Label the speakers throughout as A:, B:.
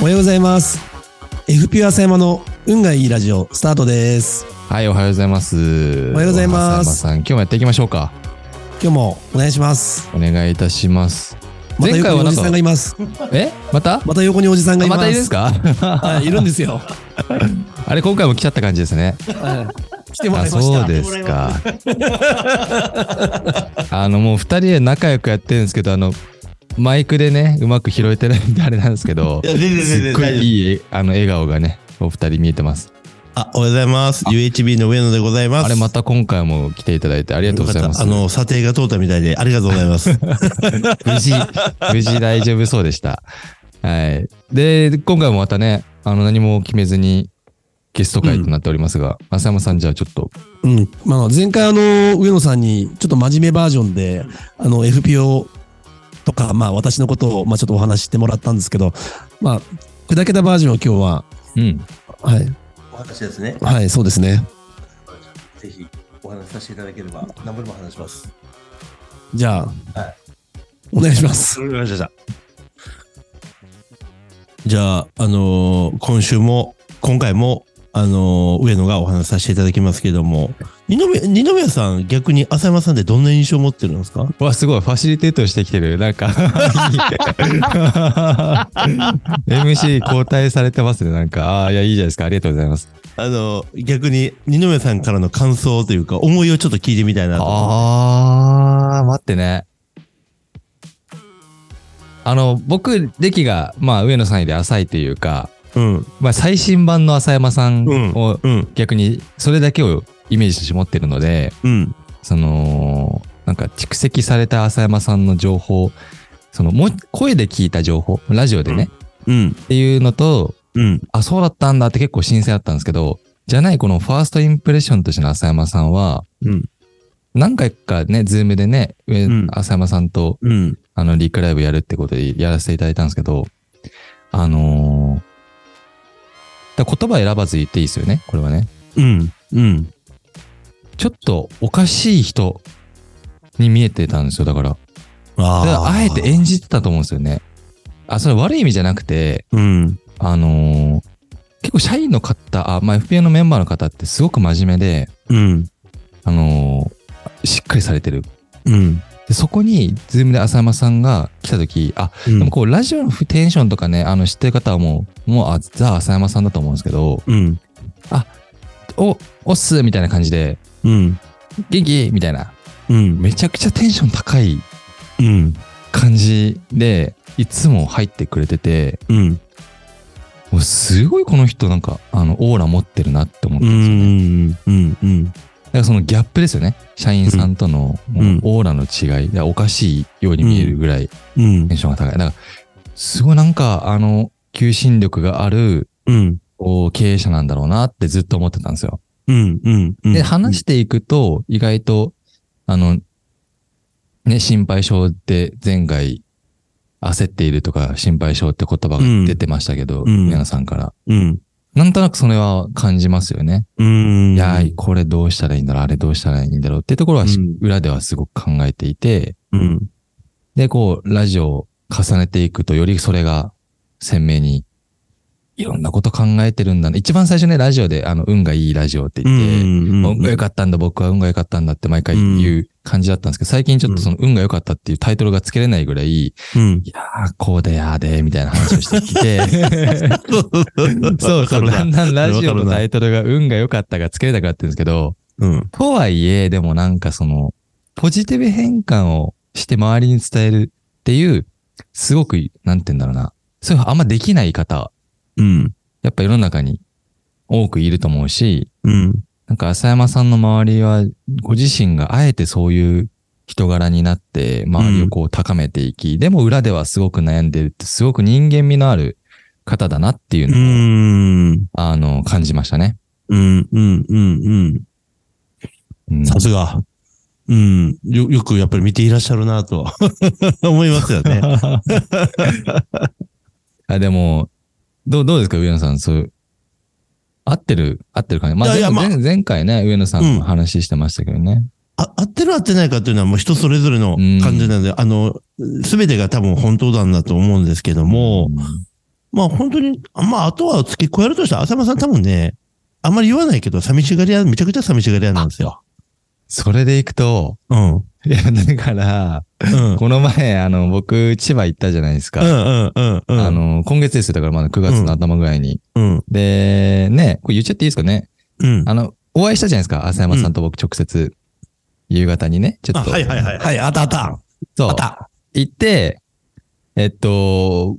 A: おはようございます。F ピュア狭山の運がいいラジオスタートです。
B: はい、おはようございます。
A: おはようございます
B: 浅山さん、今日もやっていきましょうか。
A: 今日もお願いします。
B: お願いいたします。
A: また
B: 前回
A: 横
B: は
A: にお
B: なん
A: じ
B: か
A: さんがいます。
B: え、また？
A: また横におじさんが
B: あ
A: いま。
B: ますたいいですか？
A: はい、いるんですよ。
B: あれ今回も来ちゃった感じですね。
A: はい来てもら
B: あ、
A: いまし
B: そう
A: た。
B: です か。あのもう二人で仲良くやってるんですけど、あのマイクでねうまく拾えてないんであれなんですけど
C: い、や、全然
B: すっ
C: 全然
B: ご
C: 大
B: い
C: 丈夫。
B: いいあの笑顔がねお二人見えてます。
C: あ、おはようございます。UHB の上野でございます。
B: あれまた今回も来ていただいてありがとうございます
C: あ。の、査定が通ったみたいで、ありがとうございます。
B: 無 事、無事大丈夫そうでした。はい。で、今回もまたね、あの、何も決めずにゲスト会となっておりますが、浅山さんじゃあちょっと、
A: うん。まああの、前回あの、上野さんにちょっと真面目バージョンで、あの、F ピュアとか、まあ私のことを、まあちょっとお話ししてもらったんですけど、まあ、砕けたバージョンを今日は、
B: うん。
A: はい、
C: お話ですね。
A: はい、そうですね。
C: ぜひ、お話しさせていただければ、何ぼでも話します。
A: じゃあ、
C: はい
A: お願いします。
C: わかりました。じゃあ、あのー今週も、今回も、あのー上野がお話しさせていただきますけれども、二宮二宮さん、逆に浅山さんってどんな印象を持ってるんですか
B: わ、すごい、ファシリテートしてきてる。なん かいい、MC 交代されてますね。なんか、ああ、いや、いいじゃないですか。ありがとうございます。
C: あのー逆に二宮さんからの感想というか、思いをちょっと聞いてみたいなと思って
B: あー、待ってね。あの、僕、歴が、まあ、上野さんより浅いというか、
C: うん。
B: まあ、最新版の浅山さんを
C: うん。
B: 逆にそれだけをイメージして持ってるので
C: うん。
B: そのなんか蓄積された浅山さんの情報そのもう声で聞いた情報ラジオでね、
C: うん。
B: っていうのと
C: うん。
B: あそうだったんだって結構新鮮だったんですけどじゃないこのファーストインプレッションとしての浅山さんは、
C: うん
B: 何回かねズームでね、上
C: うん
B: 浅山さんと
C: うん。
B: あのリクライブやるってことでやらせていただいたんですけどあのーだから言葉選ばず言っていいですよねこれはね
C: うん。うん。
B: ちょっとおかしい人に見えてたんですよ、だから。だからあえて演じてたと思うんですよね。あ、それ悪い意味じゃなくて、
C: うん。
B: あのー結構社員の方、あ、まあ、FPA のメンバーの方ってすごく真面目で、
C: うん。
B: あのーしっかりされてる。
C: うん。
B: で、そこに、ズームで浅山さんが来た時、あ、
C: う
B: で
C: ん。
B: もこう、ラジオのテンションとかね、あの、知ってる方はもう、もう、あ、ザ・浅山さんだと思うんですけど、
C: うん。
B: お、おっすみたいな感じで、
C: うん。
B: 元気みたいな。
C: うん。
B: めちゃくちゃテンション高い
C: うん。
B: 感じでいつも入ってくれてて
C: うん。
B: もうすごいこの人なんかあのオーラ持ってるなって思っ
C: う
B: て、だ
C: ん。うん。うん。
B: からそのギャップですよね社員さんとの
C: うん
B: もうオーラの違い、でおかしいように見えるぐらい
C: うん
B: テン。ションが高いだからすごいなんかあの求心力がある
C: うん。
B: こう経営者なんだろうなってずっと思ってたんですよ。
C: うん。うん。うん。
B: で話していくと意外とあのね心配性で前回焦っているとか心配性って言葉が出てましたけど、
C: うんうん
B: 皆さんから。
C: うん。
B: なんとなくそれは感じますよね。
C: うん。
B: いやー、これどうしたらいいんだろう、あれどうしたらいいんだろうっていうところはし、
C: うん
B: 裏ではすごく考えていて、
C: うん。
B: で、こう、ラジオを重ねていくと、よりそれが鮮明に、いろんなこと考えてるんだな。一番最初ね、ラジオで、あの、運がいいラジオって
C: う
B: 言って、
C: ん。
B: 運が良かったんだ、僕は運が良かったんだって毎回言う感じだったんですけど、最近ちょっとその運が良かったっていうタイトルがつけれないぐらい、い
C: うん。
B: やー、こうでやーで、みたいな話をしてきて、そうそう、だんだんラジオのタイトルが運が良かったがつけれなくなってるんですけど、
C: うん。
B: とはいえ、でもなんかその、ポジティブ変換をして周りに伝えるっていう、すごく、なんて言うんだろうな、そういうのあんまできない方、
C: うん。
B: やっぱ世の中に多くいると思うし、
C: うん。
B: なんか浅山さんの周りは、ご自身があえてそういう人柄になって、周りをこう高めていき、でも裏ではすごく悩んでるって、すごく人間味のある方だなっていう
C: う
B: のを、
C: ん。
B: あの、感じましたね。
C: うん。うん。うん。
B: うん
C: さすが。うん。よ、よくやっぱり見ていらっしゃるなと思いますよね。
B: あでも、どう、どうですか、上野さん、そういう、合ってる、合ってる感じ。まあ、
C: いやいや
B: 前
C: まあ
B: 前前回ね、上野さん
C: うん
B: も話してましたけどね。
C: あ合ってる合ってないかっていうのはもう人それぞれの感じなので、あの、すべてが多分本当なんだと思うんですけども、まあ本当に、まああとは付け加えるとしたら、浅間さん多分ね、あんまり言わないけど、寂しがり屋、めちゃくちゃ寂しがり屋なんですよ。
B: それでいくと、
C: うん。うん。
B: いや、だから、
C: うん
B: この前、あの、僕、千葉行ったじゃないです
C: う
B: か。
C: んうんうん。
B: あ、の、今月ですよ。だからまだ9月の頭ぐらいに。
C: うん。
B: で、ね、これ言っちゃっていいですかね。
C: うん。
B: あの、お会いしたじゃないですか。浅山さんと僕直接、夕方にね、ちょっ
C: あ、
B: と。
C: はいはいはい。
A: はい、あったあった。
B: そう
A: あっ。た。
B: 行って、えっと、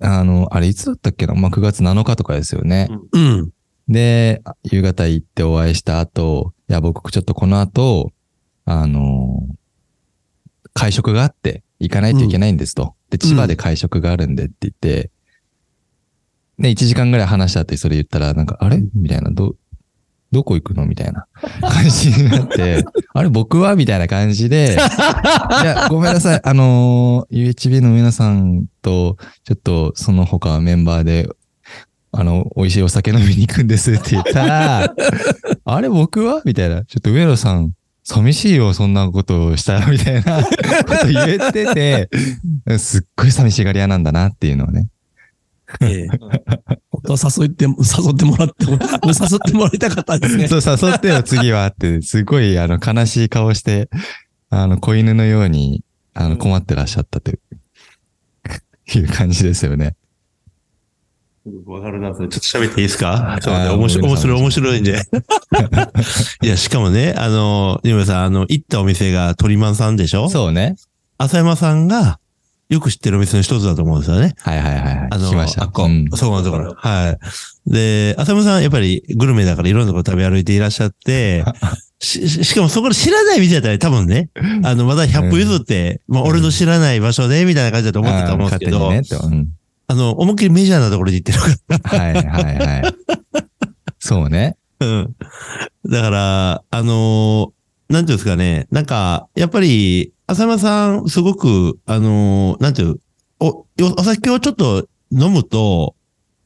B: あの、あれいつだったっけなまあ、9月7日とかですよね。
A: うん。
B: で、夕方行ってお会いした後、いや、僕ちょっとこの後、あの会食があって、行かないといけないんですと。で、千葉で会食があるんでって言って、ね、1時間ぐらい話した後にそれ言ったら、なんか、あれみたいな、ど、どこ行くのみたいな 感じになって、 あれ僕はみたいな感じで、いや、ごめんなさい。あのー UHB の皆さんと、ちょっとその他メンバーで、あの、美味しいお酒飲みに行くんですって言ったら、あれ僕はみたいな。ちょっと上野さん、寂しいよ、そんなことをしたら、みたいなこと言ってて、すっごい寂しがり屋なんだなっていうのをね。
A: ええ。本当は誘って、誘ってもらっても、 もう誘ってもらいたかったですね。
B: そう、誘ってよ、次はって、すごい、あの、悲しい顔して、あの、子犬のように、あの、困ってらっしゃったという、いう感じですよね。
C: わかるな、それ。ちょっと喋っていいですか
B: あ
C: ちょっと待って
B: あ
C: 面白い、
B: ごめん
C: 面
B: なさい
C: 白い、面白いんで。いや、しかもね、あの、ニムさん、あの、行ったお店が鳥マンさんでしょう。
B: そうね。
C: 浅山さんが、よく知ってるお店の一つだと思うんですよね。
B: はいはいはいはい。
C: あの、
B: 聞きました。
C: あっこ、
B: うん
C: そうなんだから。はい。で、浅山さん、やっぱりグルメだからいろんなとこ食べ歩いていらっしゃ って、し、ししかもそこで知らない店だったら多分ね、あの、まだ100歩譲って、まあ俺の知らない場所で、みたいな感じだと思ってたと思うんですけど、
B: あー勝手にね
C: あの、思いっきりメジャーなところに行ってるから
B: とうんはいはいはい。そうね。
C: うんだから、あのーなんていうんですかね、なんか、やっぱり、浅間さん、すごく、あのーなんていう、お、よお酒をちょっと飲むと、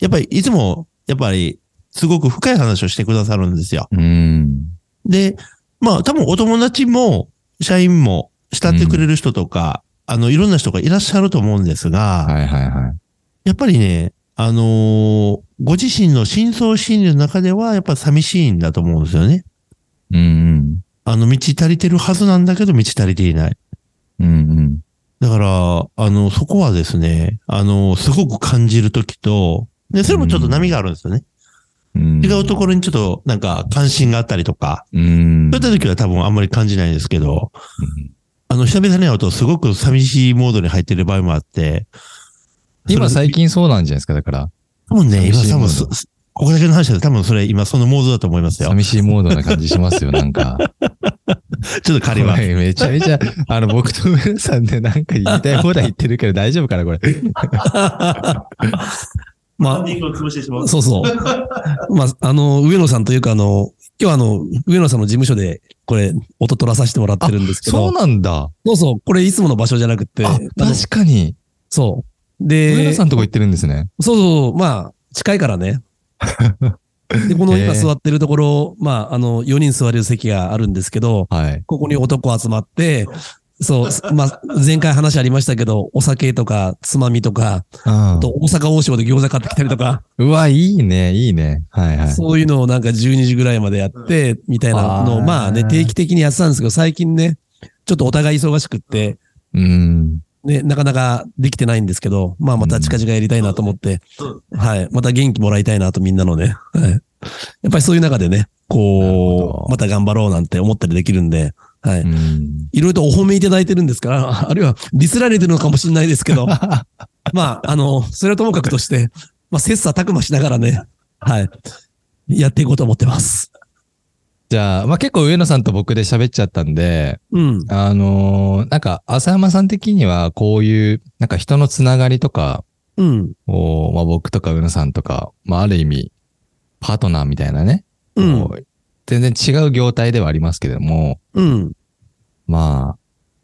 C: やっぱり、いつも、やっぱり、すごく深い話をしてくださるんですよ。
B: うん。
C: で、まあ、多分お友達も、社員も、慕ってくれる人とか、あの、いろんな人がいらっしゃると思うんですが、
B: はいはいはい。
C: やっぱりね、あのーご自身の深層心理の中では、やっぱ寂しいんだと思うんですよね。
B: うん
C: あの、道足りてるはずなんだけど、道足りていない。
B: うん。うんうん。
C: だから、あの、そこはですね、あの、すごく感じるときと、で、それもちょっと波があるんですよね。
B: うん
C: 違うところにちょっと、なんか、関心があったりとか、
B: うん。
C: そういったときは多分あんまり感じないんですけど、あの、久々に会うとすごく寂しいモードに入ってる場合もあって、
B: 今最
C: 近。
B: 近そうなんじゃないですか。だから、
C: 多分ね、
B: 寂
C: 今
B: しい
C: 多
B: モード
C: 分そ、そここだけの話だと多分それ今そのモードだと思いますよ。
B: 寂しいモードな感じしますよ、なん か。
C: ちょっと借ります。
B: はいめちゃめちゃ、あの、僕と上野さんでなんか言いたい放題言ってるけど大丈夫かな、これ。
A: ま
C: を潰してしま
A: あ、そうそう。まあ、あの、上野さんというか、あの、今日はあの、上野さんの事務所で、これ、音取らさせてもらってるんですけ
B: そう
A: ど、
B: なんだ。
A: そうそう、これいつもの場所じゃなくて、
B: あ
A: あの
B: 確かに。
A: そう。
B: 上
A: で、
B: 野さ
A: そうん
B: とこ行ってるんですね。
A: そう、まあ、近いから ね。で、この
B: へえ
A: 今座ってるところ、まあ、あの、4人座れる席があるんですけど、
B: はい。
A: ここに男集まって、そう、すまあ、前回話ありましたけど、お酒とか、つまみとか、
B: うん
A: あと、大阪王将で餃子買ってきたりとか、
B: うわ、いいね、いいね。はいはい。
A: そういうのをなんか12時ぐらいまでやって、みたいなの
B: あ
A: を、
B: ー
A: まあね、定期的にやってたんですけど、最近ね、ちょっとお互い忙しくって、
B: うん。
A: ね、なかなかできてないんですけど、まあまた近々やりたいなと思って、はい、また元気もらいたいなとみんなのね、はい。やっぱりそういう中でね、
B: なるほ
A: こ
B: ど
A: う、また頑張ろうなんて思ったりできるんで、はい。
B: うん
A: いろいろとお褒めいただいてるんですから、あ るいはディスられてるのかもしれないですけど、まあ、あの、それはともかくとして、まあ、切磋琢磨しながらね、はい、やっていこうと思ってます。
B: じゃあ、まあ、結構上野さんと僕で喋っちゃったんで、
A: うん。
B: あのーなんか、浅山さん的には、こういう、なんか人のつながりとか
A: うん。
B: を、まあ、僕とか上野さんとか、まあ、ある意味、パートナーみたいなね、
A: うん
B: こう全然違う業態ではありますけれども、
A: うん。
B: まあ、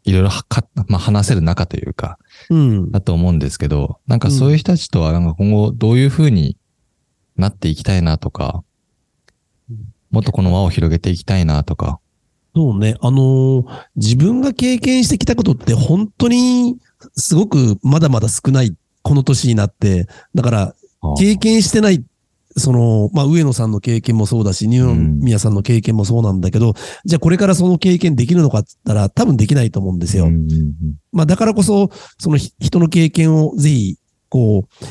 B: いろいろはか、まあ、話せる仲というか、
A: うん。
B: だと思うんですけど、なんかそういう人たちとはなんか今後どういう風になっていきたいなとか、もっとこの輪を広げていきたいなとか。
A: そうね。あのー自分が経験してきたことって本当にすごくまだまだ少ないこの年になって、だから、経験してない、その、まあ、上野さんの経験もそうだし、二宮さんの経験もそうなんだけど、じゃあこれからその経験できるのかって言ったら、多分できないと思うんですよ。
B: うんうん
A: まあ、だからこそ、そのひ人の経験をぜひ、こう、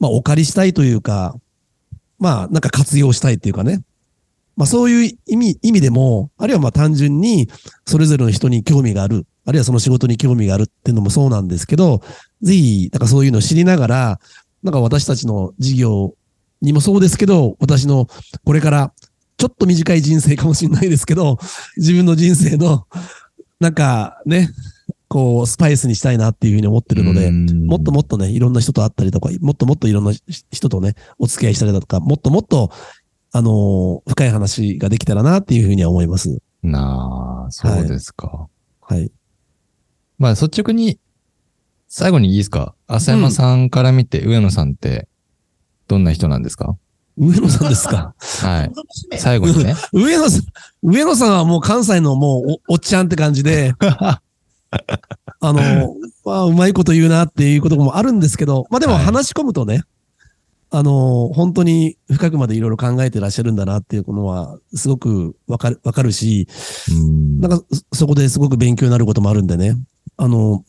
A: まあ、お借りしたいというか、まあ、なんか活用したいっていうかね。まあ、そういう意味、意味でも、あるいはまあ単純に、それぞれの人に興味がある、あるいはその仕事に興味があるっていうのもそうなんですけど、ぜひ、なんかそういうのを知りながら、なんか私たちの事業にもそうですけど、私のこれから、ちょっと短い人生かもしれないですけど、自分の人生の、なんかね、こう、スパイスにしたいなっていうふうに思ってるので、
B: うん
A: もっともっとね、いろんな人と会ったりとか、もっともっといろんな人とね、お付き合いしたりだとか、もっともっと、あのー深い話ができたらなっていうふうには思います。
B: なあ、そうですか。
A: はい。
B: まあ、率直に、最後にいいですか浅山さんから見て、上野さんって、どんな人なんですか
A: 上野さんです か
B: はい。最後にね。
A: 上野さん、上野さんはもう関西のもうおおっちゃんって感じで、 あのー、まあ、うまいこと言うなっていうこともあるんですけど、まあでも
B: はい
A: 話し込むとね、あのー、本当に深くまでいろいろ考えてらっしゃるんだなっていうのは、すごくわかる、わかるし、
B: うん
A: なんか、そそこですごく勉強になることもあるんでね。あの、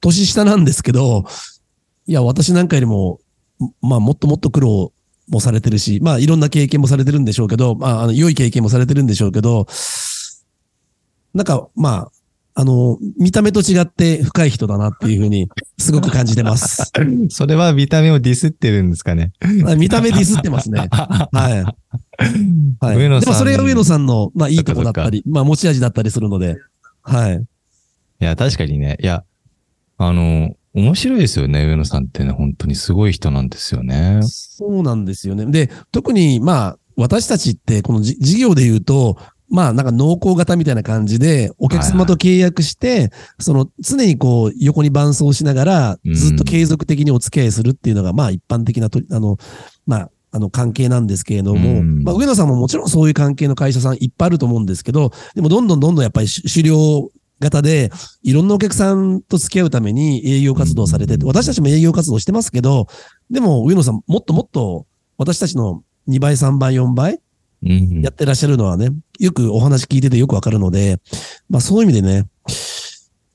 A: 年下なんですけど、いや、私なんかよりも、まあ、もっともっと苦労もされてるし、まあ、いろんな経験もされてるんでしょうけど、まあ、あの、良い経験もされてるんでしょうけど、なんか、まあ、あの、見た目と違って深い人だなっていうふうに、すごく感じてます。
B: それは見た目をディスってるんですかね。
A: あ見た目ディスってますね。はい。はい、
B: 上野さん
A: でもそれが上野さんの、まあ、いいとこだった
B: そっか
A: り、まあ、持ち味だったりするので、はい。
B: いや、確かにね。いや、あの、面白いですよね。上野さんってね、本当にすごい人なんですよね。
A: そうなんですよね。で、特に、まあ、私たちって、このじ事業で言うと、まあ、なんか濃厚型みたいな感じで、お客様と契約して、その、常にこう、横に伴走しながら、
B: うん
A: ずっと継続的にお付き合いするっていうのが、まあ、一般的なと、あの、まあ、あの、関係なんですけれども、
B: うん
A: まあ、上野さんももちろんそういう関係の会社さんいっぱいあると思うんですけど、でも、どんどんどんどんやっぱりし狩猟型で、いろんなお客さんと付き合うために営業活動されてて、私たちも営業活動してますけど、でも、上野さん、もっともっと、私たちの2倍、3倍、4倍
B: うん
A: やってらっしゃるのはね、よくお話聞いててよくわかるので、まあそういう意味でね、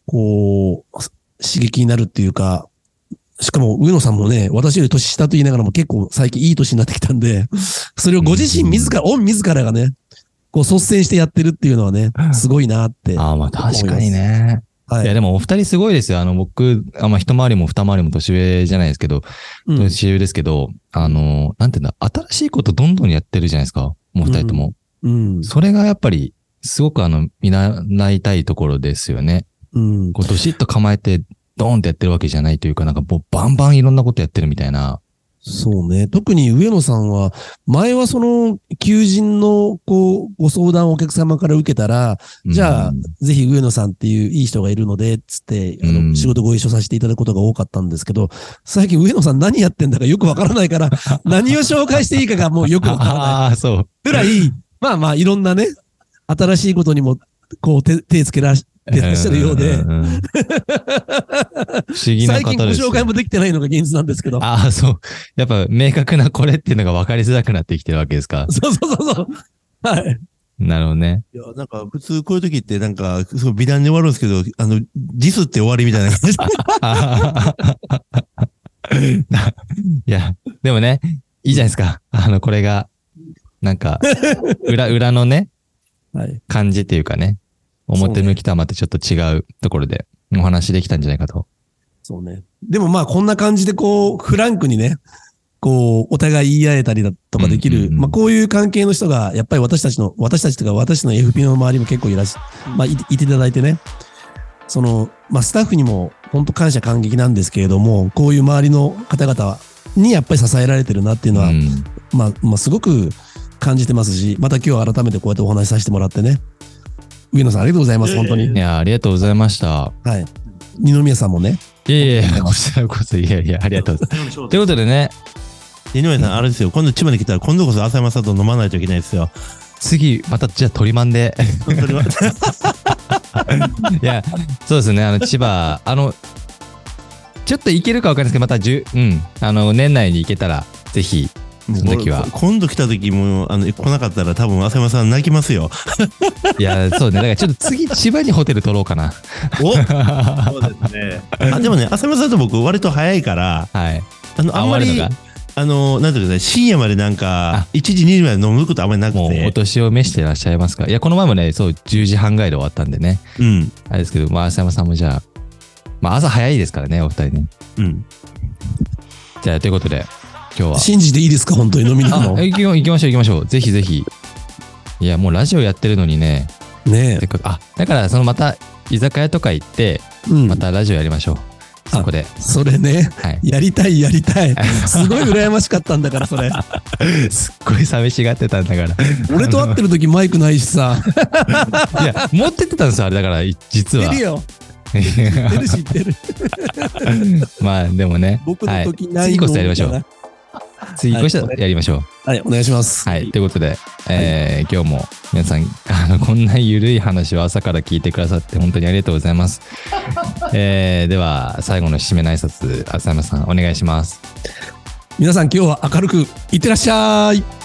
A: こう、刺激になるっていうか、しかも上野さんもね、私より年下と言いながらも結構最近いい年になってきたんで、それをご自身自ら、御自らがね、こう率先してやってるっていうのはね、すごいなって。
B: ああ、まあ確かにね。
A: はい
B: や、
A: い。
B: でもお二人すごいですよ。あの、僕、あまあ、一回りも二回りも年上じゃないですけど、
A: うん
B: 年上ですけど、あの、なんていうんだ、新しいことどんどんやってるじゃないですか。もう二人とも。
A: うん。
B: それがやっぱり、すごくあの、見習いたいところですよね。
A: うん。
B: こう、どしっと構えて、ドーンってやってるわけじゃないというか、なんかもうバンバンいろんなことやってるみたいな。
A: そうね。特に上野さんは、前はその、求人の、こう、ご相談をお客様から受けたら、じゃあ
B: うん、
A: ぜひ上野さんっていういい人がいるので、つって、あ
B: うん
A: の、仕事ご一緒させていただくことが多かったんですけど、最近上野さん何やってんだかよくわからない から、何を紹介していいかがもうよくわからない
B: ああ、そう。
A: ぐらい、まあまあ、いろんなね、新しいことにも、こう、手、手つけらしてらっしゃるようで
B: ん、んんうん不思議な
A: 最
B: 方
A: 近ご
B: ですよ
A: 紹介もできてないのが現実なんですけど。
B: ああ、そう。やっぱ明確なこれっていうのが分かりづらくなってきてるわけですか。
A: そうそうそうそう。はい。
B: なるほどね。
C: いや、なんか、普通こういう時って、なんか、すごい美談で終わるんですけど、あの、ディスって終わりみたいな感じ。
B: あー ないや、でもね、いいじゃないですか。あの、これが、なんか、裏、裏のね、
A: はい。
B: 感じっていうかね、表向きとはまたちょっと違うところでお話できたんじゃないかと。
A: そうね。でもまあこんな感じでこう、フランクにね、こう、お互い言い合えたりだとかできる、
B: うんうんうん
A: まあこういう関係の人が、やっぱり私たちの、私たちとか私の FP の周りも結構いらっしゃ、まあいいていただいてね、その、まあスタッフにも本当感謝感激なんですけれども、こういう周りの方々にやっぱり支えられてるなっていうのは、
B: うん
A: まあ、まあすごく感じてますし、また今日改めてこうやってお話しさせてもらってね、上野さんありがとうございます、本当
B: い
A: に。
B: や、ありがとうございました。
A: はい。二宮さんもね、
B: いやいやいや、こちらこそ、いやいや、ありがとうございます。ということでね、
C: 井上さん、あれですよ。今度千葉に来たら、今度こそ浅山さんと飲まないといけないですよ。
B: 次、また、じゃあ、鳥マン で。
C: 本当には
B: いや、そうですね、あの、千葉、あの、ちょっといけるかわかんないですけど、また10、うん、あの、年内に行けたら、ぜひ、その時は
C: こ今度来た時も、あの、来なかったら多分、浅山さん泣きますよ。
B: いや、そうね、だからちょっと次、千葉にホテル取ろうかな。
C: おそうですね。あ、でもね、浅山さんと僕、割と早いから、
B: はい。
C: あの、あんま
B: 終
C: り、
B: わるの
C: あの、なんていうかね、深夜までなんか
B: あ、
C: 1時、2時まで飲むことあんまりなく
B: もう、お
C: て、
B: 年を召してらっしゃいますか。いや、この前もね、そう、10時半ぐらいで終わったんでね、
C: うん、
B: あれですけど、まあ、浅山さんもじゃあ、まあ、朝早いですからね、お二人ね。
C: うん。
B: じゃあ、ということで、今日は。
A: 信じていいですか本当に飲みに行く
B: あ
A: の。
B: 行き行きましょう、行きましょう。ぜひぜひ。いや、もうラジオやってるのにね、
A: ね
B: せっかく、あ、だから、そのまた、居酒屋とか行って、
A: え。うん
B: ま。たラジオやりましょう。そこで。
A: それね。
B: はい。
A: やりたい、やりた い。すごい羨ましかったんだから、それ。
B: すっごい寂しがってたんだから。
A: 俺と会ってる時マイクないしさ。
B: いや、持ってってたんですよ、あれだから、い実
A: 出
B: は
A: る。よ。 出るし、出る。
B: まあ、でもね。
A: 僕
B: は
A: の
B: い
A: 時ないの。
B: 次こそやりましょ
A: み
B: う。次こそ
A: はい
B: やりましょう。
A: たいなはい、お願いします。
B: はい。ということで、えー今日も皆さん、 あの、こんなゆるい話を朝から聞いてくださって、本当にありがとうございます。えーでは、最後の締めの挨拶、浅山さん、お願いします。
A: 皆さん、今日は明るく、いってらっしゃい。